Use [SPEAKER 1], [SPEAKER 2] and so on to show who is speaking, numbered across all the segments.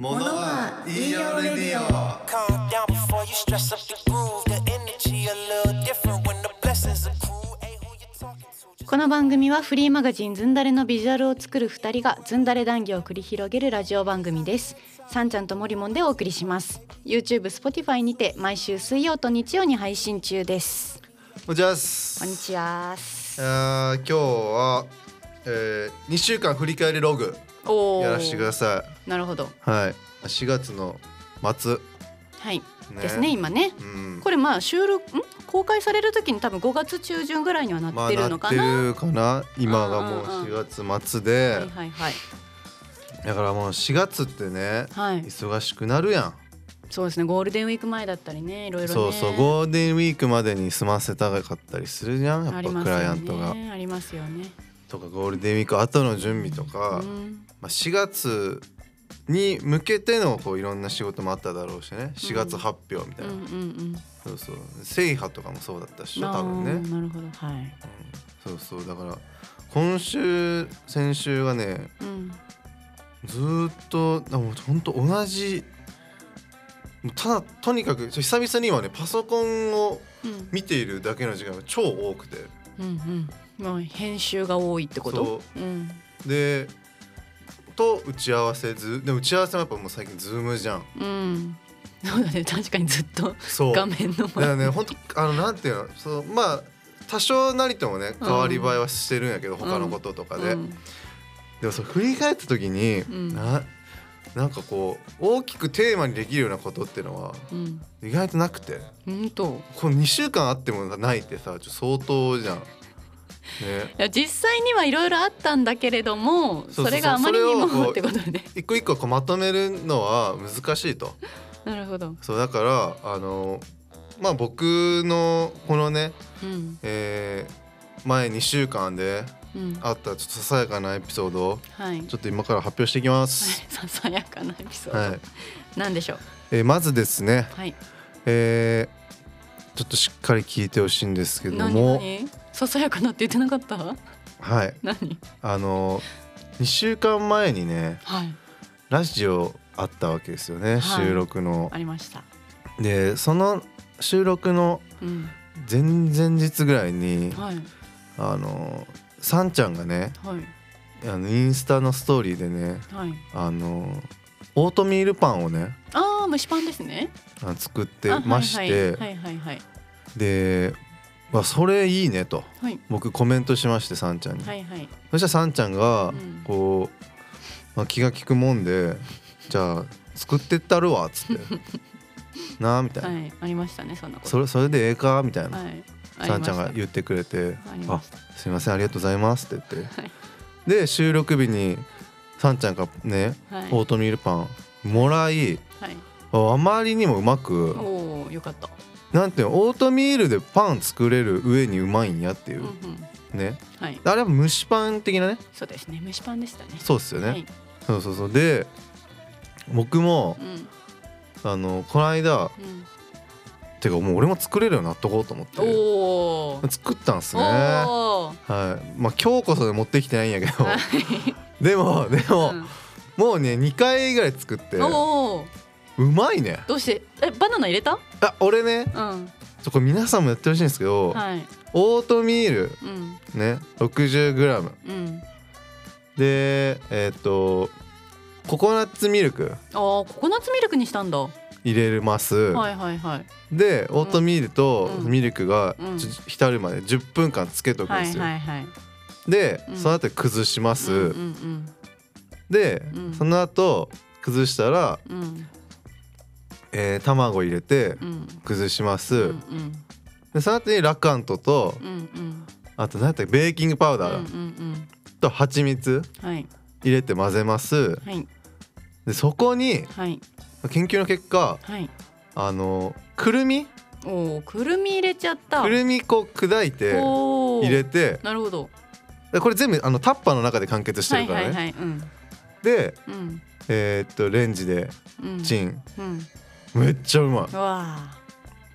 [SPEAKER 1] ものは言いようレディオ
[SPEAKER 2] Calm down before you stress up the groove. The energy a little different when the blessings accrue. Hey, who you talking to?
[SPEAKER 3] この番組はフリーマガジンズンダレのビジュアルを作る二人がズンダレ談義を繰り広げるラジオ番組ですさんちゃんとモリモンでお送りします YouTube、Spotify にて毎週水曜と日曜に配信中です
[SPEAKER 4] こんにちはっす
[SPEAKER 3] こんにちは
[SPEAKER 4] あー今日は、えー、2週間振り返りログ
[SPEAKER 3] おー
[SPEAKER 4] やらせてくださ
[SPEAKER 3] なるほど
[SPEAKER 4] いはい4月の末
[SPEAKER 3] はい、
[SPEAKER 4] ね
[SPEAKER 3] ですね今ね
[SPEAKER 4] うん
[SPEAKER 3] これまあ収録ん公開される時に多分5月中旬ぐらいにはな
[SPEAKER 4] ま
[SPEAKER 3] っ
[SPEAKER 4] あ
[SPEAKER 3] てるの
[SPEAKER 4] なっ
[SPEAKER 3] か
[SPEAKER 4] て
[SPEAKER 3] な、
[SPEAKER 4] るかな今がもう
[SPEAKER 3] うんうんうん
[SPEAKER 4] 4月末で、
[SPEAKER 3] はいはいはい
[SPEAKER 4] だからもう4月ってね、
[SPEAKER 3] はい
[SPEAKER 4] 忙しくなるやん、
[SPEAKER 3] そうですねゴールデンウィーク前だったりねいろいろね
[SPEAKER 4] そうそうゴールデンウィークまでに済ませたかったりするじゃんや
[SPEAKER 3] あ
[SPEAKER 4] っ
[SPEAKER 3] り
[SPEAKER 4] ぱ
[SPEAKER 3] ま
[SPEAKER 4] ク
[SPEAKER 3] す
[SPEAKER 4] ライア
[SPEAKER 3] よ
[SPEAKER 4] ントが、
[SPEAKER 3] ねありますよね
[SPEAKER 4] とかゴールデンウィーク後の準備とか、
[SPEAKER 3] うん
[SPEAKER 4] まあ、4月に向けてのこういろんな仕事もあっただろうしね4月発表みた
[SPEAKER 3] う
[SPEAKER 4] い
[SPEAKER 3] ん
[SPEAKER 4] な、
[SPEAKER 3] うんうん
[SPEAKER 4] そうそう制覇とかもそうだったっしょ
[SPEAKER 3] あー
[SPEAKER 4] 多分ね
[SPEAKER 3] なるほどはい、
[SPEAKER 4] そうそうだから今週先週はね
[SPEAKER 3] うん、
[SPEAKER 4] ずーっとあもうほんと同じもうただとにかくそう久々に今ねパソコンを
[SPEAKER 3] うん
[SPEAKER 4] 見ているだけの時間が超多くて
[SPEAKER 3] うんうんまあ編集が多いってことう、ん、
[SPEAKER 4] でと打ち合わせずでも打ち合わせもやっぱもう最近ズームじゃん
[SPEAKER 3] うん、そうだね確かにずっと
[SPEAKER 4] そう
[SPEAKER 3] 画面の
[SPEAKER 4] だか
[SPEAKER 3] 前
[SPEAKER 4] らね本当あのなんていうのそうまあ多少なりともね変わり映えはしてるんやけど、他のこととかで、
[SPEAKER 3] うん
[SPEAKER 4] でもそう振り返った時に、
[SPEAKER 3] ん
[SPEAKER 4] ななんかこう大きくテーマにできるようなことっていうのは
[SPEAKER 3] うん
[SPEAKER 4] 意外となくて
[SPEAKER 3] うんと
[SPEAKER 4] この2週間あってもないってさちょ相当じゃん。ね、
[SPEAKER 3] いや実際にはいろいろあったんだけれども
[SPEAKER 4] そうそうそう
[SPEAKER 3] それがあまりに
[SPEAKER 4] それをこ
[SPEAKER 3] も
[SPEAKER 4] う
[SPEAKER 3] ってことでね
[SPEAKER 4] 一個一個こうまとめるのは難しいと
[SPEAKER 3] なるほど、
[SPEAKER 4] そうだからあのまあ僕のこのね、
[SPEAKER 3] うん
[SPEAKER 4] えー前2週間で
[SPEAKER 3] うん、
[SPEAKER 4] あったちょっとささやかなエピソードを
[SPEAKER 3] はい
[SPEAKER 4] ちょっと今から発表していきます。
[SPEAKER 3] ささやかなエピソード、
[SPEAKER 4] はい、
[SPEAKER 3] なんでしょう
[SPEAKER 4] えーまずですね、
[SPEAKER 3] はい
[SPEAKER 4] えーちょっとしっかり聞いてほしいんですけど
[SPEAKER 3] 何
[SPEAKER 4] も、
[SPEAKER 3] 何ささやかなって言ってなかった
[SPEAKER 4] はい、
[SPEAKER 3] 何
[SPEAKER 4] あの2週間前にね
[SPEAKER 3] はい
[SPEAKER 4] ラジオあったわけですよね、
[SPEAKER 3] い
[SPEAKER 4] 収録の
[SPEAKER 3] あ。りました
[SPEAKER 4] でその収録の
[SPEAKER 3] うん
[SPEAKER 4] 前々日ぐらいに
[SPEAKER 3] はい
[SPEAKER 4] あのさんちゃんがね
[SPEAKER 3] はい
[SPEAKER 4] あのインスタのストーリーでね
[SPEAKER 3] はい
[SPEAKER 4] あのオートミールパンをね
[SPEAKER 3] ああ蒸しパンですね。
[SPEAKER 4] あの作って
[SPEAKER 3] あ
[SPEAKER 4] まして、
[SPEAKER 3] はいはいはい
[SPEAKER 4] で、まあ、それいいねと
[SPEAKER 3] はい
[SPEAKER 4] 僕コメントしましてさんちゃんに、
[SPEAKER 3] はいはいはい。
[SPEAKER 4] そしたらさんちゃんが
[SPEAKER 3] うん
[SPEAKER 4] こう、まあ、気が利くもんで「じゃあ作ってったるわ」っつ って「なあ」みたいな、
[SPEAKER 3] はいありましたねそんなこと。
[SPEAKER 4] それ「それでええか」みたいな、
[SPEAKER 3] はい。
[SPEAKER 4] さんちゃん
[SPEAKER 3] あ
[SPEAKER 4] が
[SPEAKER 3] り
[SPEAKER 4] 言ってくれて
[SPEAKER 3] あり
[SPEAKER 4] 「
[SPEAKER 3] ま
[SPEAKER 4] あ
[SPEAKER 3] し
[SPEAKER 4] すいませんありがとうございます」って言って、
[SPEAKER 3] はい
[SPEAKER 4] で収録日にさんちゃんがね、
[SPEAKER 3] ました
[SPEAKER 4] オー
[SPEAKER 3] は
[SPEAKER 4] トミールパンもらい
[SPEAKER 3] いはい。
[SPEAKER 4] あまりにもうまく
[SPEAKER 3] おおよかった。
[SPEAKER 4] なんていうのオートミールでパン作れる上にうまいんやってい
[SPEAKER 3] うんう。
[SPEAKER 4] うんね
[SPEAKER 3] はい
[SPEAKER 4] あれは蒸しパン的なね
[SPEAKER 3] そうですね蒸しパンでしたね。
[SPEAKER 4] そうっすよね、
[SPEAKER 3] はい。
[SPEAKER 4] そうそうそうで僕も
[SPEAKER 3] うんうん
[SPEAKER 4] あのこの間てかもう俺も作れるようになっとこうと思って
[SPEAKER 3] おお。
[SPEAKER 4] 作ったんすねは
[SPEAKER 3] おお。
[SPEAKER 4] いまあ今日こそ持ってきてないんやけど
[SPEAKER 3] はい
[SPEAKER 4] でもでも、
[SPEAKER 3] うん
[SPEAKER 4] もうね2回ぐらい作ってう
[SPEAKER 3] おお。
[SPEAKER 4] まいね
[SPEAKER 3] どうしてえバナナ入れた？
[SPEAKER 4] あ俺ね
[SPEAKER 3] うん
[SPEAKER 4] ちょこれ皆さんもやってほしいんですけど、
[SPEAKER 3] はい
[SPEAKER 4] オートミール
[SPEAKER 3] うん
[SPEAKER 4] ね 60g
[SPEAKER 3] うん。
[SPEAKER 4] でえっ、とココナッツミルク
[SPEAKER 3] ああココナッツミルクにしたんだ。は
[SPEAKER 4] 入れます、
[SPEAKER 3] いはいはい。
[SPEAKER 4] でオートミールと
[SPEAKER 3] うん
[SPEAKER 4] ミルクが
[SPEAKER 3] うん
[SPEAKER 4] ちょ浸るまで10分間つけとくん
[SPEAKER 3] は
[SPEAKER 4] で
[SPEAKER 3] い
[SPEAKER 4] すよ、
[SPEAKER 3] はいはい。
[SPEAKER 4] で、
[SPEAKER 3] うん
[SPEAKER 4] その後崩します、
[SPEAKER 3] うんうん
[SPEAKER 4] で、
[SPEAKER 3] うん
[SPEAKER 4] その後崩したら、
[SPEAKER 3] うんうん
[SPEAKER 4] えー卵入れて
[SPEAKER 3] うん。
[SPEAKER 4] 崩します、
[SPEAKER 3] うんうん
[SPEAKER 4] でその後にラカントと
[SPEAKER 3] うんうん
[SPEAKER 4] あと何やったっけベーキングパウ
[SPEAKER 3] うん
[SPEAKER 4] ダー
[SPEAKER 3] うん
[SPEAKER 4] と蜂蜜
[SPEAKER 3] うんはい
[SPEAKER 4] 入れて混ぜます
[SPEAKER 3] はい
[SPEAKER 4] でそこに
[SPEAKER 3] はい
[SPEAKER 4] 研究の結果
[SPEAKER 3] はい
[SPEAKER 4] あのくるみ
[SPEAKER 3] おおくるみ入れちゃった
[SPEAKER 4] くるみこう砕いて
[SPEAKER 3] おー
[SPEAKER 4] 入れて
[SPEAKER 3] なるほど
[SPEAKER 4] でこれ全部あのタッパーの中で完結して
[SPEAKER 3] は
[SPEAKER 4] る
[SPEAKER 3] い
[SPEAKER 4] から
[SPEAKER 3] は
[SPEAKER 4] ね、
[SPEAKER 3] いはいうん
[SPEAKER 4] で
[SPEAKER 3] うん
[SPEAKER 4] えーっとレンジで
[SPEAKER 3] うん
[SPEAKER 4] チン、
[SPEAKER 3] うん
[SPEAKER 4] めっちゃうま
[SPEAKER 3] うわあ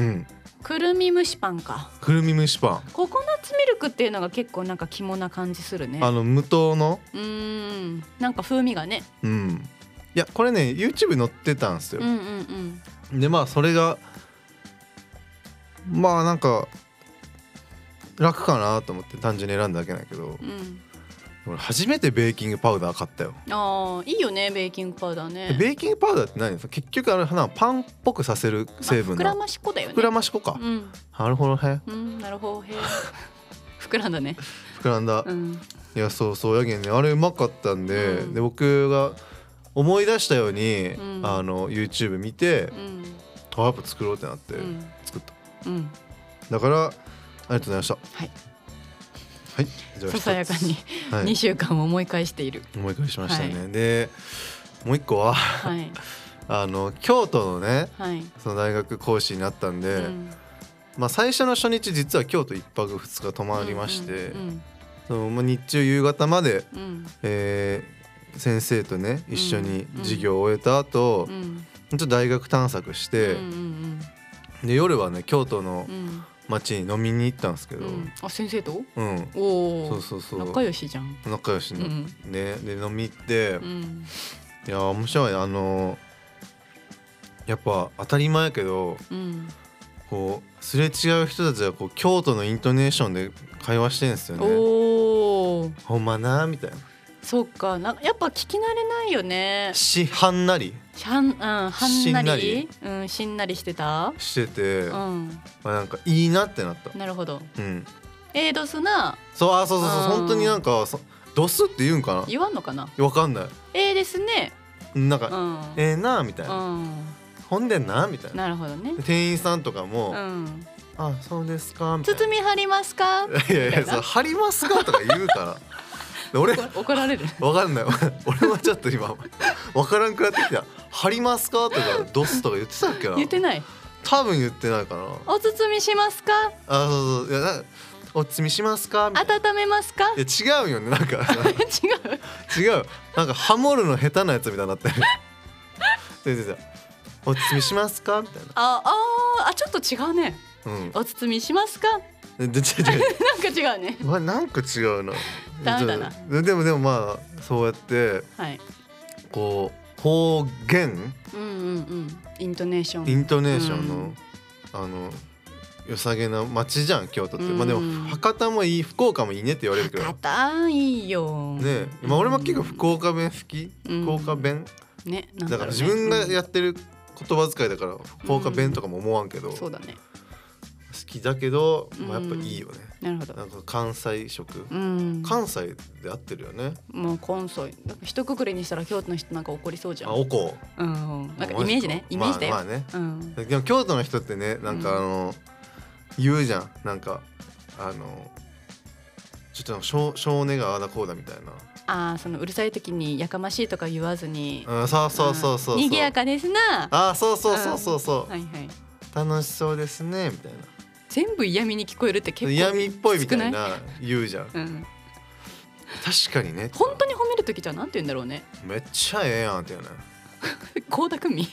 [SPEAKER 4] い、うん、
[SPEAKER 3] くるみ蒸しパンか
[SPEAKER 4] くるみ蒸しパ
[SPEAKER 3] ココナッツミルクっていうのが結構なんか肝な感じするね
[SPEAKER 4] ンあの無糖の
[SPEAKER 3] うーんなんか風味がね
[SPEAKER 4] うんいやこれね YouTube に載ってたんですよ
[SPEAKER 3] うんう、んうん
[SPEAKER 4] でまあそれがまあなんか楽かなと思って単純に選んだだけなんだけど
[SPEAKER 3] うん
[SPEAKER 4] 俺初めてベーキングパウダー買ったよ、
[SPEAKER 3] ああいいよねベーキングパウダーね
[SPEAKER 4] ベーキングパウダーって何ですか結局あれ花をパンっぽくさせる成分
[SPEAKER 3] まあ膨
[SPEAKER 4] だ、
[SPEAKER 3] らましっこだよね
[SPEAKER 4] 膨らまし粉か、
[SPEAKER 3] うん
[SPEAKER 4] なるほどね
[SPEAKER 3] うんなるほどへえ膨らんだね
[SPEAKER 4] 膨らんだ、
[SPEAKER 3] うん
[SPEAKER 4] いやそうそうやけんねあれうまかったんで、
[SPEAKER 3] うん
[SPEAKER 4] で僕が思い出したように、
[SPEAKER 3] うん
[SPEAKER 4] あの YouTube 見て
[SPEAKER 3] う、ん
[SPEAKER 4] あやっぱ作ろうってなって
[SPEAKER 3] うん
[SPEAKER 4] 作った、
[SPEAKER 3] うん
[SPEAKER 4] だからありがとうございました
[SPEAKER 3] はい
[SPEAKER 4] はいじゃあ
[SPEAKER 3] ささやかに
[SPEAKER 4] は
[SPEAKER 3] 2
[SPEAKER 4] い、
[SPEAKER 3] 週間思い返している
[SPEAKER 4] 思い返しましたね、でもう一個は
[SPEAKER 3] はい
[SPEAKER 4] あの京都のね
[SPEAKER 3] はい
[SPEAKER 4] その大学講師になったん
[SPEAKER 3] う
[SPEAKER 4] で、
[SPEAKER 3] ん
[SPEAKER 4] まあ、最初の初日実は京都1泊2日泊まりまして、
[SPEAKER 3] うん
[SPEAKER 4] そのまあ、日中夕方まで、
[SPEAKER 3] うん
[SPEAKER 4] えー先生とね一緒に
[SPEAKER 3] うん
[SPEAKER 4] 授業を終えた後、
[SPEAKER 3] うんうん
[SPEAKER 4] ちょっと大学探索して
[SPEAKER 3] うんう、ん
[SPEAKER 4] で夜はね京都の
[SPEAKER 3] うんうん
[SPEAKER 4] 町に飲みに行ったんですけど、
[SPEAKER 3] う
[SPEAKER 4] うんん
[SPEAKER 3] あ先生とおお
[SPEAKER 4] そうそうそう
[SPEAKER 3] 仲良しじゃん
[SPEAKER 4] 仲良しの、
[SPEAKER 3] うん
[SPEAKER 4] ねで飲み行って、
[SPEAKER 3] うん
[SPEAKER 4] いやー面白いねあのーやっぱ当たり前やけど
[SPEAKER 3] うん
[SPEAKER 4] こうすれ違う人たちがこう京都のイントネーションで会話してるんですよね
[SPEAKER 3] おお
[SPEAKER 4] ほんまなーみたいな
[SPEAKER 3] そっかなやっぱ聞き慣れないよね
[SPEAKER 4] しはんなり
[SPEAKER 3] しゃんうんはんな
[SPEAKER 4] しんな
[SPEAKER 3] り
[SPEAKER 4] り
[SPEAKER 3] うんしんなりしてた
[SPEAKER 4] してて、
[SPEAKER 3] う
[SPEAKER 4] ま
[SPEAKER 3] ん
[SPEAKER 4] あ、なんかいいなってなった
[SPEAKER 3] なるほど
[SPEAKER 4] うん
[SPEAKER 3] えー、どすな
[SPEAKER 4] そうあそうそうそう
[SPEAKER 3] あー
[SPEAKER 4] 本当になんかそドスって言うんか
[SPEAKER 3] 言わんのかな
[SPEAKER 4] なわかんな
[SPEAKER 3] えー、ですね
[SPEAKER 4] いなん
[SPEAKER 3] う
[SPEAKER 4] か、
[SPEAKER 3] ん
[SPEAKER 4] ええなーみたいな、
[SPEAKER 3] う
[SPEAKER 4] ほんでんなーみたい
[SPEAKER 3] ん
[SPEAKER 4] な
[SPEAKER 3] なるほどね
[SPEAKER 4] 店員さんとかも「
[SPEAKER 3] うん
[SPEAKER 4] あそうですか」みたいな
[SPEAKER 3] 包み張ります か
[SPEAKER 4] いやいや
[SPEAKER 3] みたい
[SPEAKER 4] そ
[SPEAKER 3] な
[SPEAKER 4] う「貼りますか?」とか言うからで俺
[SPEAKER 3] 怒られる
[SPEAKER 4] わかんない 俺はちょっと今わからんくなってきた「貼りますか?」とか「ドス」とか言ってたっけな
[SPEAKER 3] 言ってない
[SPEAKER 4] 多分言ってないかな
[SPEAKER 3] お包みしますか
[SPEAKER 4] あそうそういやなんかお包みしますか?」みたいな
[SPEAKER 3] 温めますか 違
[SPEAKER 4] いや違うよねなんか
[SPEAKER 3] う
[SPEAKER 4] 違うなんかハモるの下手なやつみたいになってるでででお包みしますか?」みたいな
[SPEAKER 3] ああーあちょっと違うね
[SPEAKER 4] うん
[SPEAKER 3] お包みしますか なん
[SPEAKER 4] でで違う違
[SPEAKER 3] か違うね
[SPEAKER 4] ううわなんか違うな
[SPEAKER 3] ダメだな
[SPEAKER 4] ででもでもまあそうやって
[SPEAKER 3] はい
[SPEAKER 4] こう方言
[SPEAKER 3] うんうんうんイントネーション
[SPEAKER 4] イントネーションの、
[SPEAKER 3] うん
[SPEAKER 4] あの良さげな街じゃん京都って、
[SPEAKER 3] うん
[SPEAKER 4] まあでも博多もいい福岡もいいねって言われるけど
[SPEAKER 3] 博多いいよ
[SPEAKER 4] ねえ、まあ、俺も結構福岡弁好き、
[SPEAKER 3] うん
[SPEAKER 4] 福岡弁
[SPEAKER 3] ねなん
[SPEAKER 4] だから
[SPEAKER 3] ろう
[SPEAKER 4] 自
[SPEAKER 3] ね
[SPEAKER 4] 分がやってる言葉遣いだから福岡弁とかも思わんけど、
[SPEAKER 3] うんそう
[SPEAKER 4] 好
[SPEAKER 3] だね
[SPEAKER 4] きだけど、
[SPEAKER 3] うん
[SPEAKER 4] まあ、やっぱいいよね、
[SPEAKER 3] なるほど
[SPEAKER 4] なんか関西色、
[SPEAKER 3] うん
[SPEAKER 4] 関西で合ってるよね
[SPEAKER 3] もう関西なんか一括りにしたら京都の人なんか怒りそうじゃ
[SPEAKER 4] あ
[SPEAKER 3] ん
[SPEAKER 4] おこ
[SPEAKER 3] うんなんかイメージねイメージだよ
[SPEAKER 4] まあ、まあね
[SPEAKER 3] うん
[SPEAKER 4] でも京都の人ってねなんかあの、言うじゃんなんかあのちょっとなんか少少年がああだこうだみたい
[SPEAKER 3] ああそのうるさい時にやかましいとか言わずに
[SPEAKER 4] な、うん、そうそうそうそうそう
[SPEAKER 3] 賑やかですなは
[SPEAKER 4] あそうそうそうそうそう、
[SPEAKER 3] いはい
[SPEAKER 4] 楽しそうですねみたいな
[SPEAKER 3] 全部嫌味に聞こえるって結構
[SPEAKER 4] 嫌味っぽいみたい
[SPEAKER 3] 少
[SPEAKER 4] な言うじゃん
[SPEAKER 3] うん
[SPEAKER 4] 確かにね
[SPEAKER 3] 本当に褒める時じゃなんて言うんだろうね
[SPEAKER 4] めっちゃええやんってよね
[SPEAKER 3] 光沢美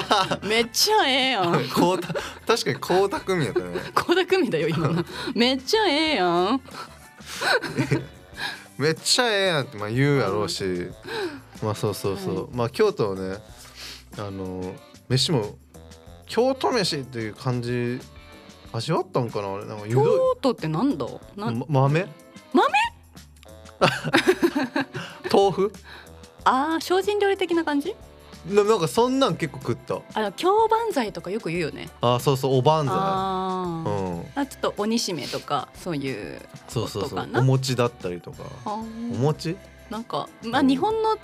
[SPEAKER 3] めっちゃええやん
[SPEAKER 4] こうた確かに光沢君やったね
[SPEAKER 3] 光沢美だよ 今のめっちゃええやん
[SPEAKER 4] めっちゃええやんってまあ言うやろうし、まあそうそうそう、まあ京都のねあの飯も京都飯っていう感じ味わったんかなあれなんかゆど
[SPEAKER 3] 京都ってなんだ
[SPEAKER 4] い、
[SPEAKER 3] な
[SPEAKER 4] ま豆
[SPEAKER 3] 豆
[SPEAKER 4] 豆腐
[SPEAKER 3] ああ精進料理的な感じ
[SPEAKER 4] ななんかそんなん結構食った
[SPEAKER 3] あの京万歳とかよく言うよね
[SPEAKER 4] あそうそうおばんざ
[SPEAKER 3] あ
[SPEAKER 4] い、う
[SPEAKER 3] ー
[SPEAKER 4] ん、
[SPEAKER 3] あちょっと鬼しめとかそういう
[SPEAKER 4] そうそう
[SPEAKER 3] こと
[SPEAKER 4] そ
[SPEAKER 3] か
[SPEAKER 4] う
[SPEAKER 3] な
[SPEAKER 4] お餅だったりとか
[SPEAKER 3] あ
[SPEAKER 4] お
[SPEAKER 3] ー
[SPEAKER 4] 餅
[SPEAKER 3] なんかまあ
[SPEAKER 4] うん
[SPEAKER 3] 日本の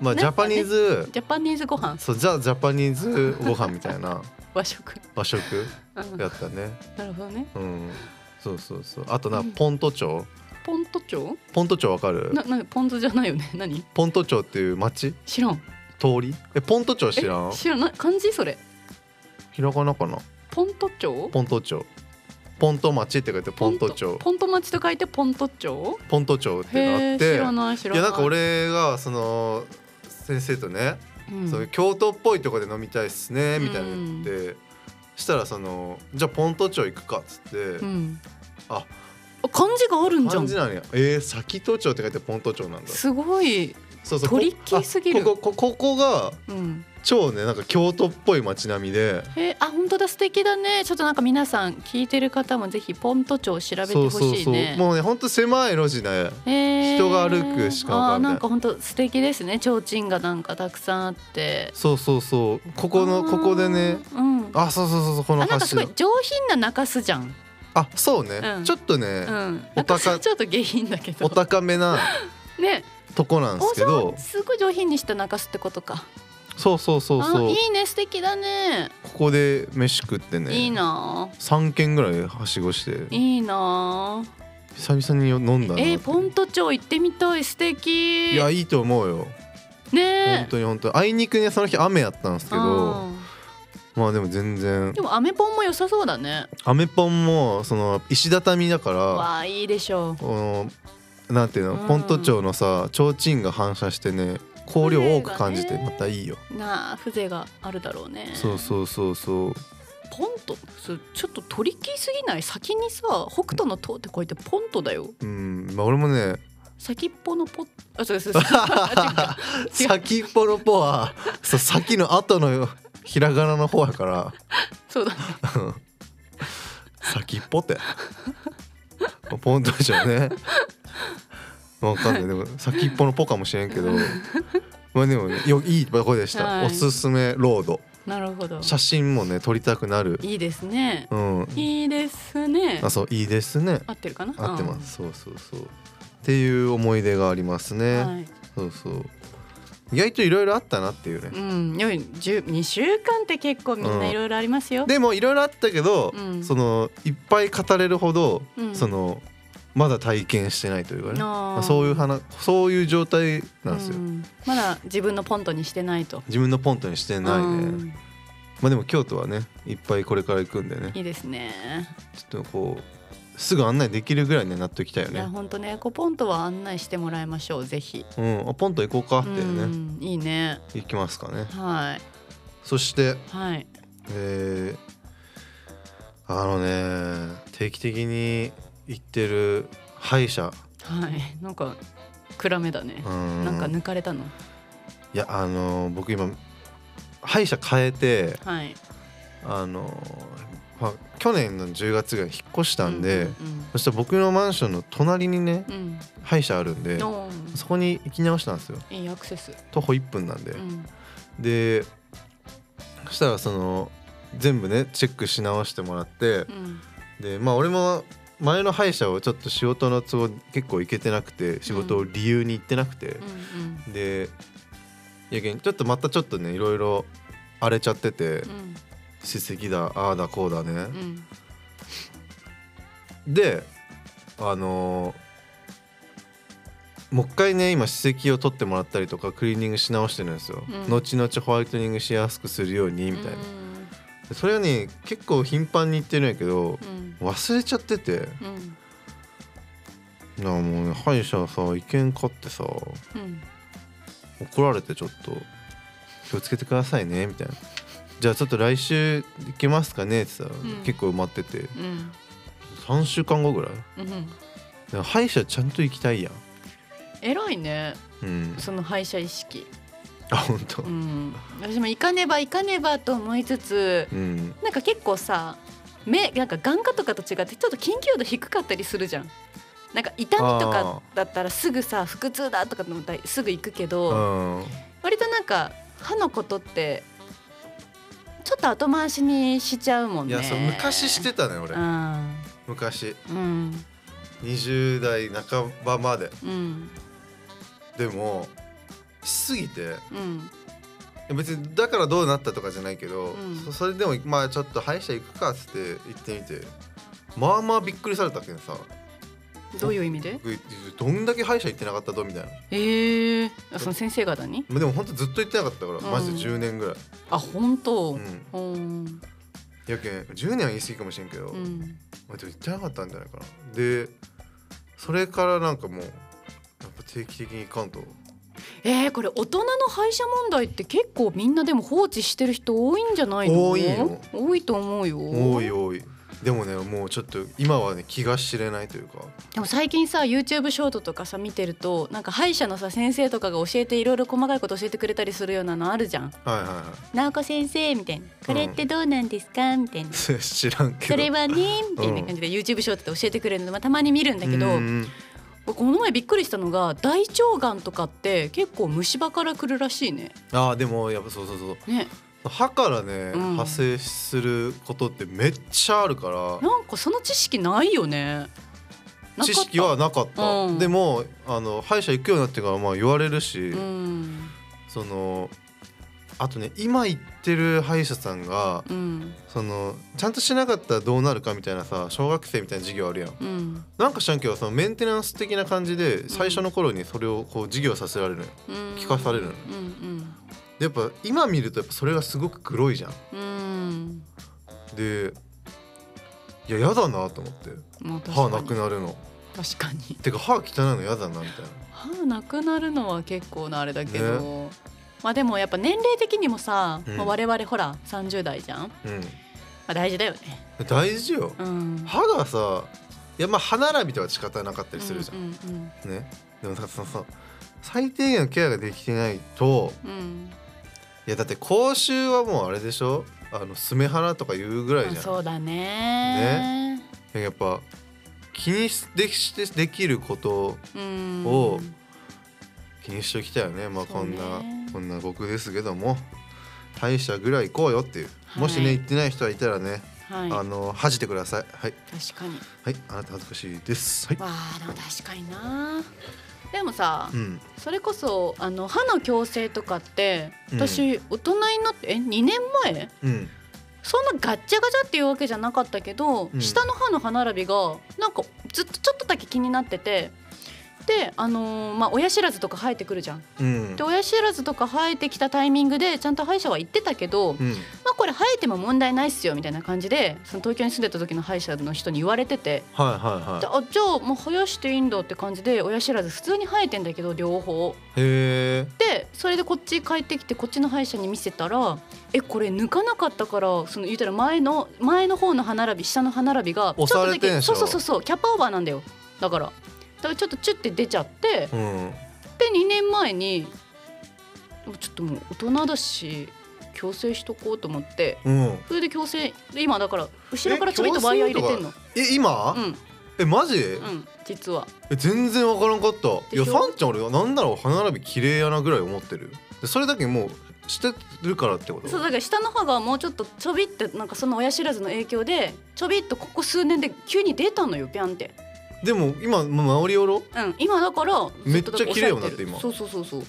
[SPEAKER 4] まあ
[SPEAKER 3] なんかね
[SPEAKER 4] ジャパニーズ、
[SPEAKER 3] ジャパニーズご飯
[SPEAKER 4] そうザ・ジャパニーズご飯みたいな
[SPEAKER 3] 和食、
[SPEAKER 4] 和食
[SPEAKER 3] うん
[SPEAKER 4] やったね
[SPEAKER 3] なるほどね
[SPEAKER 4] うんそうそうそうあとなポント町
[SPEAKER 3] ポント町
[SPEAKER 4] ポント町わかる
[SPEAKER 3] ななんポン酢じゃないよね 何
[SPEAKER 4] ポント町っていう町
[SPEAKER 3] 知らん
[SPEAKER 4] 通りえポント町
[SPEAKER 3] え
[SPEAKER 4] 知らん
[SPEAKER 3] 知らんな漢字それ
[SPEAKER 4] ひらがなかな
[SPEAKER 3] ポント町
[SPEAKER 4] ポント町ポント町って書いてポント町
[SPEAKER 3] ポント町と書いてポント町
[SPEAKER 4] ポント町っていうの
[SPEAKER 3] へ
[SPEAKER 4] あ
[SPEAKER 3] え
[SPEAKER 4] っ
[SPEAKER 3] 知
[SPEAKER 4] て
[SPEAKER 3] らない知ら
[SPEAKER 4] い
[SPEAKER 3] ない
[SPEAKER 4] やなんか、俺がその先生とね、
[SPEAKER 3] うん
[SPEAKER 4] そういう京都っぽいとこで飲みたいっすねみたいな言って、したらそのじゃあポント町行くかっつって、
[SPEAKER 3] うん
[SPEAKER 4] あ
[SPEAKER 3] 漢字があるんじゃ
[SPEAKER 4] 漢
[SPEAKER 3] ん
[SPEAKER 4] 字なんやえー、先都庁って書いてポント町なんだ
[SPEAKER 3] すごい
[SPEAKER 4] そうそう
[SPEAKER 3] トリッキーすぎる
[SPEAKER 4] あこここここが
[SPEAKER 3] うん、
[SPEAKER 4] 超ねなんか京都っぽい街並みで
[SPEAKER 3] へえあ本当だ素敵だねちょっとなんか皆さん聞いてる方もぜひポント町調べて
[SPEAKER 4] そ
[SPEAKER 3] ほ
[SPEAKER 4] うそう
[SPEAKER 3] しい
[SPEAKER 4] そう
[SPEAKER 3] ね
[SPEAKER 4] もうねほんと狭い路地ね
[SPEAKER 3] へえ
[SPEAKER 4] 人が歩くしかわかんない
[SPEAKER 3] あーなんか本当素敵ですね提灯がなんかたくさんあって
[SPEAKER 4] そうそうそうここのここでね
[SPEAKER 3] あーうん
[SPEAKER 4] あそうそうそうそうこの
[SPEAKER 3] あなんかすごい
[SPEAKER 4] 橋
[SPEAKER 3] 上品な中洲じゃん。
[SPEAKER 4] あそうね、
[SPEAKER 3] うん
[SPEAKER 4] ちょっとね
[SPEAKER 3] う、ん。
[SPEAKER 4] お高
[SPEAKER 3] 中洲ちょっと下品だけど。
[SPEAKER 4] お高め な
[SPEAKER 3] ね、
[SPEAKER 4] とこなんですけど
[SPEAKER 3] おすごい上品にした中洲ってことか。
[SPEAKER 4] そうそうそう
[SPEAKER 3] あ
[SPEAKER 4] そう
[SPEAKER 3] いいね素敵だね。
[SPEAKER 4] ここで飯食ってね
[SPEAKER 3] いいなあ。
[SPEAKER 4] 3軒ぐらいはしごして
[SPEAKER 3] いいなあ。
[SPEAKER 4] 久々に飲んだな
[SPEAKER 3] えー、ポント町行ってみたい素敵。
[SPEAKER 4] いやいいと思うよ本
[SPEAKER 3] ね。
[SPEAKER 4] 当に本当にあいにくねその日雨やったんですけど
[SPEAKER 3] うん
[SPEAKER 4] まあでも全然
[SPEAKER 3] でもアメポンも良さそうだね。
[SPEAKER 4] アメポンもその石畳だから
[SPEAKER 3] わあいいでしょ
[SPEAKER 4] このなんていうの、
[SPEAKER 3] うん
[SPEAKER 4] ポント町のさ提灯が反射してね光量を多く感じて
[SPEAKER 3] ね
[SPEAKER 4] またいいよ、
[SPEAKER 3] う。なあ風情があるだろうね。
[SPEAKER 4] そうそうそうそう
[SPEAKER 3] ポントそうちょっとトリッキーすぎない先にさ北斗の塔って書いてポントだよ
[SPEAKER 4] うんまあ俺も ね
[SPEAKER 3] 先っぽのポあそうで すそうですあ違う
[SPEAKER 4] 先っぽのポはそう先の後のひらがなの方やから
[SPEAKER 3] そうだね
[SPEAKER 4] 先っぽってポンとでしょねわかんないでも先っぽのポかもしれんけどまあでもねよいいとこでした、
[SPEAKER 3] はい
[SPEAKER 4] おすすめロード
[SPEAKER 3] なるほど
[SPEAKER 4] 写真もね撮りたくなる
[SPEAKER 3] いいですね
[SPEAKER 4] うん
[SPEAKER 3] いいですね
[SPEAKER 4] あそういいですね
[SPEAKER 3] 合ってるかな
[SPEAKER 4] 合ってます、そうそうそうっていう思い出があります
[SPEAKER 3] うん
[SPEAKER 4] ね、
[SPEAKER 3] はい
[SPEAKER 4] そうそう意外といろいろあったなっていうね、
[SPEAKER 3] うんよい10 2週間って結構みんないろいろありますよ
[SPEAKER 4] でもいろいろあったけど、
[SPEAKER 3] うん
[SPEAKER 4] そのいっぱい語れるほど、
[SPEAKER 3] うん
[SPEAKER 4] そのまだ体験してないというかね
[SPEAKER 3] あー
[SPEAKER 4] まあそういう話そういう状態なんですよ、
[SPEAKER 3] うんまだ自分のポントにしてないと
[SPEAKER 4] 自分のポントにしてないね、
[SPEAKER 3] うん
[SPEAKER 4] まあでも京都はねいっぱいこれから行くんでね
[SPEAKER 3] いいですね
[SPEAKER 4] ちょっとこうすぐ案内できるぐらいにはなっときたいよ
[SPEAKER 3] いや
[SPEAKER 4] ね
[SPEAKER 3] 本当ねこうポントは案内してもらいましょうぜひ
[SPEAKER 4] うんあポント行こうかってね、
[SPEAKER 3] うんいいね
[SPEAKER 4] 行きますかね
[SPEAKER 3] はい
[SPEAKER 4] そして
[SPEAKER 3] はい
[SPEAKER 4] えーあのね定期的に行ってる歯医者、
[SPEAKER 3] はいなんか暗めだね
[SPEAKER 4] う、ん、
[SPEAKER 3] なんか抜かれたの
[SPEAKER 4] いやあの僕今歯医者変えて
[SPEAKER 3] はい
[SPEAKER 4] あの、まあ、去年の10月ぐらいに引っ越したんで、
[SPEAKER 3] うん
[SPEAKER 4] そしたら僕のマンションの隣にね
[SPEAKER 3] うんうん
[SPEAKER 4] 歯医者あるんで、
[SPEAKER 3] うんおー
[SPEAKER 4] そこに行き直したんですよ
[SPEAKER 3] いいアクセス
[SPEAKER 4] 徒歩1分なんで、
[SPEAKER 3] うん
[SPEAKER 4] でそしたらその全部ねチェックし直してもらって
[SPEAKER 3] う、ん
[SPEAKER 4] でまあ俺も前の歯医者をちょっと仕事の都合で結構行けてなくて仕事を理由に行ってなくて、
[SPEAKER 3] うん
[SPEAKER 4] でいやけんちょっとまたちょっとねいろいろ荒れちゃってて、
[SPEAKER 3] うん
[SPEAKER 4] 歯石だああだこうだね
[SPEAKER 3] う、ん
[SPEAKER 4] であのーもう一回ね今歯石を取ってもらったりとかクリーニングし直してるんですよ、
[SPEAKER 3] うん
[SPEAKER 4] 後々ホワイトニングしやすくするようにみたいな、
[SPEAKER 3] うん
[SPEAKER 4] でそれはね結構頻繁に言ってるんやけど
[SPEAKER 3] うん
[SPEAKER 4] 忘れちゃってて
[SPEAKER 3] うん
[SPEAKER 4] なもうね歯医者さ意見買ってさ
[SPEAKER 3] うん
[SPEAKER 4] 怒られてちょっと気をつけてくださいねみたいなじゃあちょっと来週行けますかねってさ、
[SPEAKER 3] ん
[SPEAKER 4] 結構埋まってて
[SPEAKER 3] うん
[SPEAKER 4] 3週間後ぐらい
[SPEAKER 3] うん
[SPEAKER 4] で歯医者ちゃんと行きたいやん
[SPEAKER 3] 偉いね
[SPEAKER 4] うん
[SPEAKER 3] その歯医者意識
[SPEAKER 4] あ本当
[SPEAKER 3] う。ん私も行かねば行かねばと思いつつ
[SPEAKER 4] うん。
[SPEAKER 3] なんか結構さ目なんか眼科とかと違ってちょっと緊急度低かったりするじゃんなんか痛みとかだったらすぐさ腹痛だとかのすぐ行くけ
[SPEAKER 4] う
[SPEAKER 3] ど、
[SPEAKER 4] ん。うん
[SPEAKER 3] 割となんか歯のことってちょっと後回しにしちゃうもん
[SPEAKER 4] い
[SPEAKER 3] ね
[SPEAKER 4] やそう昔してたね俺
[SPEAKER 3] うん
[SPEAKER 4] 昔
[SPEAKER 3] うん
[SPEAKER 4] 20代半ばまで
[SPEAKER 3] うん
[SPEAKER 4] でもしすぎてい
[SPEAKER 3] うん
[SPEAKER 4] や別にだからどうなったとかじゃないけど、
[SPEAKER 3] うん
[SPEAKER 4] そそれでもまあちょっと歯医者行くかっつって行ってみてまあまあびっくりされたけどさ
[SPEAKER 3] どういう意味で
[SPEAKER 4] 僕どんだけ歯医者行ってなかったとみたいな
[SPEAKER 3] ええー、あその先生方に
[SPEAKER 4] まあでもほんとずっと行ってなかったから、
[SPEAKER 3] ん
[SPEAKER 4] マジで10年ぐらい、
[SPEAKER 3] あ本当
[SPEAKER 4] うん、
[SPEAKER 3] うん
[SPEAKER 4] やけん10年は言い過ぎかもしれんけど、
[SPEAKER 3] うん
[SPEAKER 4] まあ、でも行ってなかったんじゃないかなでそれからなんかもうやっぱ定期的に行かんと
[SPEAKER 3] えー、これ大人の歯医者問題って結構みんなでも放置してる人多いんじゃないの
[SPEAKER 4] 多いよ
[SPEAKER 3] 多いと思うよ
[SPEAKER 4] 多い多いでもねもうちょっと今はね気が知れないというか
[SPEAKER 3] でも最近さ YouTube ショートとかさ見てるとなんか歯医者のさ先生とかが教えていろいろ細かいこと教えてくれたりするようなのあるじゃん
[SPEAKER 4] はいはいは
[SPEAKER 3] 「直子先生」みたいな「これってどうなんですか?」みたいな「
[SPEAKER 4] い 知らんけど
[SPEAKER 3] それはね」みたいな感じで YouTube ショートで教えてくれるの、まあ、たまに見るんだけど
[SPEAKER 4] うん
[SPEAKER 3] 僕この前びっくりしたのが大腸がんとかって結構虫歯からくるらしいね。
[SPEAKER 4] ああでもやっぱそうそうそう
[SPEAKER 3] ね
[SPEAKER 4] 歯からね、
[SPEAKER 3] うん
[SPEAKER 4] 派生することってめっちゃあるから
[SPEAKER 3] なんかその知識ないよね。なかった
[SPEAKER 4] 知識はなかった、
[SPEAKER 3] うん
[SPEAKER 4] でもあの歯医者行くようになってからまあ言われるし、
[SPEAKER 3] うん
[SPEAKER 4] そのあとね今行ってる歯医者さんが
[SPEAKER 3] うん
[SPEAKER 4] そのちゃんとしなかったらどうなるかみたいなさ小学生みたいな授業あるやん
[SPEAKER 3] うん
[SPEAKER 4] なんか知らんけどそのメンテナンス的な感じで最初の頃にそれをこう授業させられるのよ
[SPEAKER 3] うん
[SPEAKER 4] 聞かされるの
[SPEAKER 3] うん
[SPEAKER 4] でやっぱ今見るとやっぱそれがすごく黒いじゃん
[SPEAKER 3] うんうん
[SPEAKER 4] でいややだなと思って
[SPEAKER 3] まあ確か
[SPEAKER 4] 歯
[SPEAKER 3] に
[SPEAKER 4] なくなるの
[SPEAKER 3] 確かに
[SPEAKER 4] てか歯汚いのやだなみたいな
[SPEAKER 3] 歯なくなるのは結構なあれだけど、まあでもやっぱ年齢的にもさ、
[SPEAKER 4] うん
[SPEAKER 3] まあ、我々ほら30代じゃん、ま
[SPEAKER 4] う
[SPEAKER 3] あ、大事だよね。
[SPEAKER 4] ん大事よ
[SPEAKER 3] うん、
[SPEAKER 4] 歯がさいやまあ歯並びとは仕方なかったりするじゃん、
[SPEAKER 3] うんうん
[SPEAKER 4] ねでもさそのさ最低限のケアができてないと
[SPEAKER 3] うんうん
[SPEAKER 4] いやだって口臭はもうあれでしょあのスメハラとか言うぐらいじ
[SPEAKER 3] まあ
[SPEAKER 4] ゃん
[SPEAKER 3] そうだね
[SPEAKER 4] やっぱ気にしできしてできること
[SPEAKER 3] うん、
[SPEAKER 4] を気にしておきたいよねまあ
[SPEAKER 3] そ
[SPEAKER 4] こ
[SPEAKER 3] うんね
[SPEAKER 4] な、こんな僕ですけども歯医者ぐらい行こうよっていう、
[SPEAKER 3] はい
[SPEAKER 4] もしね行ってない人がいたらね、
[SPEAKER 3] はい、
[SPEAKER 4] あの恥じてくださいはい
[SPEAKER 3] 確かに
[SPEAKER 4] はいあなた恥ずかしいですはい
[SPEAKER 3] わあでも確かになでもさ、
[SPEAKER 4] うん
[SPEAKER 3] それこそあの歯の矯正とかって
[SPEAKER 4] うん
[SPEAKER 3] 私、大人になってえ2年前
[SPEAKER 4] うん
[SPEAKER 3] そんなガッチャガチャっていうわけじゃなかったけど、
[SPEAKER 4] うん
[SPEAKER 3] 下の歯の歯並びがなんかずっとちょっとだけ気になっててであのーまあ親知らずとか生えてくるじゃん。
[SPEAKER 4] うん
[SPEAKER 3] で親知らずとか生えてきたタイミングでちゃんと歯医者は行ってたけど、
[SPEAKER 4] うん
[SPEAKER 3] まあこれ生えても問題ないっすよみたいな感じでその東京に住んでた時の歯医者の人に言われてて。
[SPEAKER 4] はいはい
[SPEAKER 3] で
[SPEAKER 4] は
[SPEAKER 3] あじゃあもう生やしていいんだって感じで親知らず普通に生えてんだけど両方
[SPEAKER 4] いへえ
[SPEAKER 3] でそれでこっち帰ってきてこっちの歯医者に見せたらえこれ抜かなかったからその言ったら前の前の方の歯並び下の歯並びがちょっと
[SPEAKER 4] 押さ
[SPEAKER 3] だ
[SPEAKER 4] れてん
[SPEAKER 3] け
[SPEAKER 4] でし
[SPEAKER 3] そ
[SPEAKER 4] ょ
[SPEAKER 3] うそうそうそうキャパオーバーなんだよだからだからちょっとチュッて出ち ゃって
[SPEAKER 4] うん
[SPEAKER 3] で2年前にでもちょっともう大人だし矯正しとこうと思って
[SPEAKER 4] うん
[SPEAKER 3] それで矯正で今だから後ろからちょびっとワイヤー入れてんの
[SPEAKER 4] え今、
[SPEAKER 3] うんうん
[SPEAKER 4] えマジ、
[SPEAKER 3] 実は
[SPEAKER 4] え全然わからんかったいや
[SPEAKER 3] でしょ
[SPEAKER 4] さんちゃん俺なんなら歯並び綺麗やなぐらい思ってるでそれだけもうしてるからってこと
[SPEAKER 3] そうだから下の歯がもうちょっとちょびってなんかその親知らずの影響でちょびっとここ数年で急に出たのよピャンって、
[SPEAKER 4] でも今もう治りよろ
[SPEAKER 3] うん、今だからずとだけ
[SPEAKER 4] めっちゃ綺麗ようにな
[SPEAKER 3] 抑
[SPEAKER 4] っ
[SPEAKER 3] え
[SPEAKER 4] て今
[SPEAKER 3] そうそうそうそうっ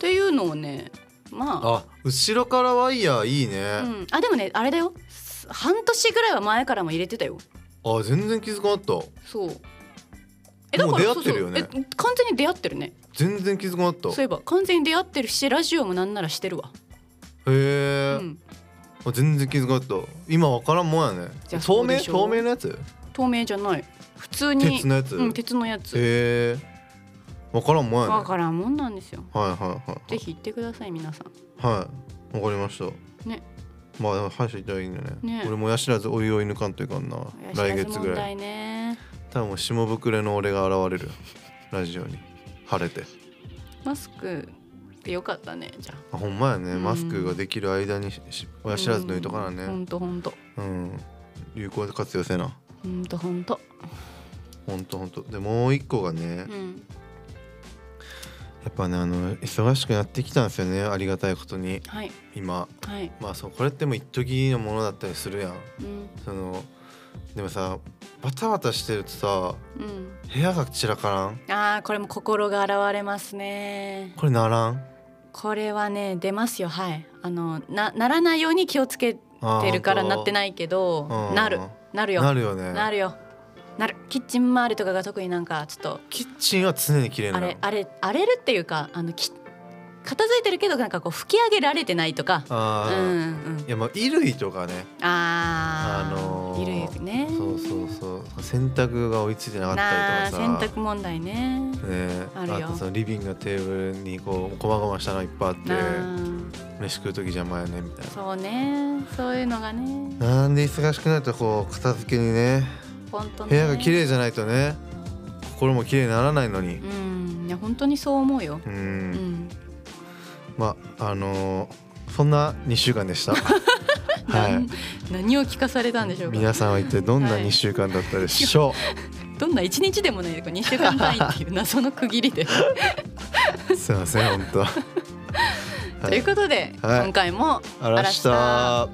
[SPEAKER 3] ていうのをねまあ
[SPEAKER 4] あ後ろからワイヤーいい
[SPEAKER 3] あ,、う
[SPEAKER 4] ね、
[SPEAKER 3] ん、あでもねあれだよす半年ぐらいは前からも入れてたよ
[SPEAKER 4] あ全然気づかなかった
[SPEAKER 3] そう
[SPEAKER 4] もう出会
[SPEAKER 3] そう
[SPEAKER 4] ってるよね
[SPEAKER 3] そうえ完全に出会ってるね
[SPEAKER 4] 全然気づかなか
[SPEAKER 3] そ
[SPEAKER 4] っ
[SPEAKER 3] うい
[SPEAKER 4] たへ
[SPEAKER 3] えば完全に出会ってるしラジオもなんならしてるわ、う
[SPEAKER 4] え、
[SPEAKER 3] ん、
[SPEAKER 4] あ全然気づかなかった今わからんもんやね
[SPEAKER 3] じゃあ
[SPEAKER 4] 透
[SPEAKER 3] そう
[SPEAKER 4] 明
[SPEAKER 3] でしょ
[SPEAKER 4] 透明のやつ
[SPEAKER 3] 透明じゃない普通に
[SPEAKER 4] 鉄のやつ、
[SPEAKER 3] うん、
[SPEAKER 4] へ
[SPEAKER 3] 鉄のやつ
[SPEAKER 4] えわからんもんやね
[SPEAKER 3] わからんもんなんですよ
[SPEAKER 4] はいはいはい
[SPEAKER 3] ぜひ行ってください皆さん
[SPEAKER 4] はい、わかりました。
[SPEAKER 3] ね。
[SPEAKER 4] まあでも歯医者行ったらいいんだね。
[SPEAKER 3] ね
[SPEAKER 4] 俺もやしらずお湯を抜かんといかんな。来月ぐ
[SPEAKER 3] 問
[SPEAKER 4] らい。
[SPEAKER 3] 題ね
[SPEAKER 4] 多分もう下膨れの俺が現れる。ラジオに。晴れて。
[SPEAKER 3] マスクってよかったねじゃあ
[SPEAKER 4] あほんまやね。
[SPEAKER 3] うん
[SPEAKER 4] マスクができる間にしし親知らず抜いとかな
[SPEAKER 3] ほ
[SPEAKER 4] ね。
[SPEAKER 3] んとほんと
[SPEAKER 4] うん。有効活用せな。
[SPEAKER 3] ほんとほんと
[SPEAKER 4] ほんとほんと。でもう一個がね
[SPEAKER 3] う、ん
[SPEAKER 4] やっぱねあの忙しくなってきたんですよね。ありがたいことに
[SPEAKER 3] はい
[SPEAKER 4] 今。
[SPEAKER 3] はい
[SPEAKER 4] まあそうこれってもう一時のものだったりするやん。
[SPEAKER 3] うん
[SPEAKER 4] そのでもさバタバタしてるとさ
[SPEAKER 3] う
[SPEAKER 4] 部屋が散らからん
[SPEAKER 3] んあーこれも心が現れますね
[SPEAKER 4] これならん
[SPEAKER 3] これはね出ますよはいあのなならないように気をつけ
[SPEAKER 4] あー
[SPEAKER 3] てるからなって
[SPEAKER 4] い
[SPEAKER 3] ないけど
[SPEAKER 4] うん
[SPEAKER 3] なるなるよ
[SPEAKER 4] なるよね
[SPEAKER 3] なるよなるキッチン周りとかが特になんかちょっと
[SPEAKER 4] キッチンは常に綺麗な
[SPEAKER 3] あ
[SPEAKER 4] の
[SPEAKER 3] れあれ荒れるっていうかあのき片付いてるけどなんかこう吹き上げられてないとか
[SPEAKER 4] あ
[SPEAKER 3] うん
[SPEAKER 4] ー
[SPEAKER 3] うん
[SPEAKER 4] いやまあ衣類とかね
[SPEAKER 3] あ
[SPEAKER 4] あ
[SPEAKER 3] ー
[SPEAKER 4] のー
[SPEAKER 3] いるよね
[SPEAKER 4] そうそうそう洗濯が追いついてなかった
[SPEAKER 3] な
[SPEAKER 4] り
[SPEAKER 3] あ
[SPEAKER 4] と
[SPEAKER 3] 洗
[SPEAKER 4] かさ
[SPEAKER 3] 濯問題ね
[SPEAKER 4] ね
[SPEAKER 3] あるよ
[SPEAKER 4] とそのリビングのテーブルにこう細々したのいっぱいあって
[SPEAKER 3] なあ
[SPEAKER 4] 飯食う時邪魔やねみたい
[SPEAKER 3] そうねそういうのがね
[SPEAKER 4] ななんで忙しくなるとこう片付けにね
[SPEAKER 3] 本当ね
[SPEAKER 4] 部屋が綺麗じゃないとね心も綺麗にならないのに
[SPEAKER 3] うんいや本当にそう思うよ
[SPEAKER 4] うん
[SPEAKER 3] うん
[SPEAKER 4] まああのーそんな2週間でした はい
[SPEAKER 3] 何を聞かされたんでしょうか
[SPEAKER 4] 皆さんは一体どんな2週間だったでしょ
[SPEAKER 3] どんな一日でもないよ2週間単位っていう謎の区切りで
[SPEAKER 4] うすいません本当
[SPEAKER 3] ということで、
[SPEAKER 4] はい
[SPEAKER 3] 今回も
[SPEAKER 4] あらした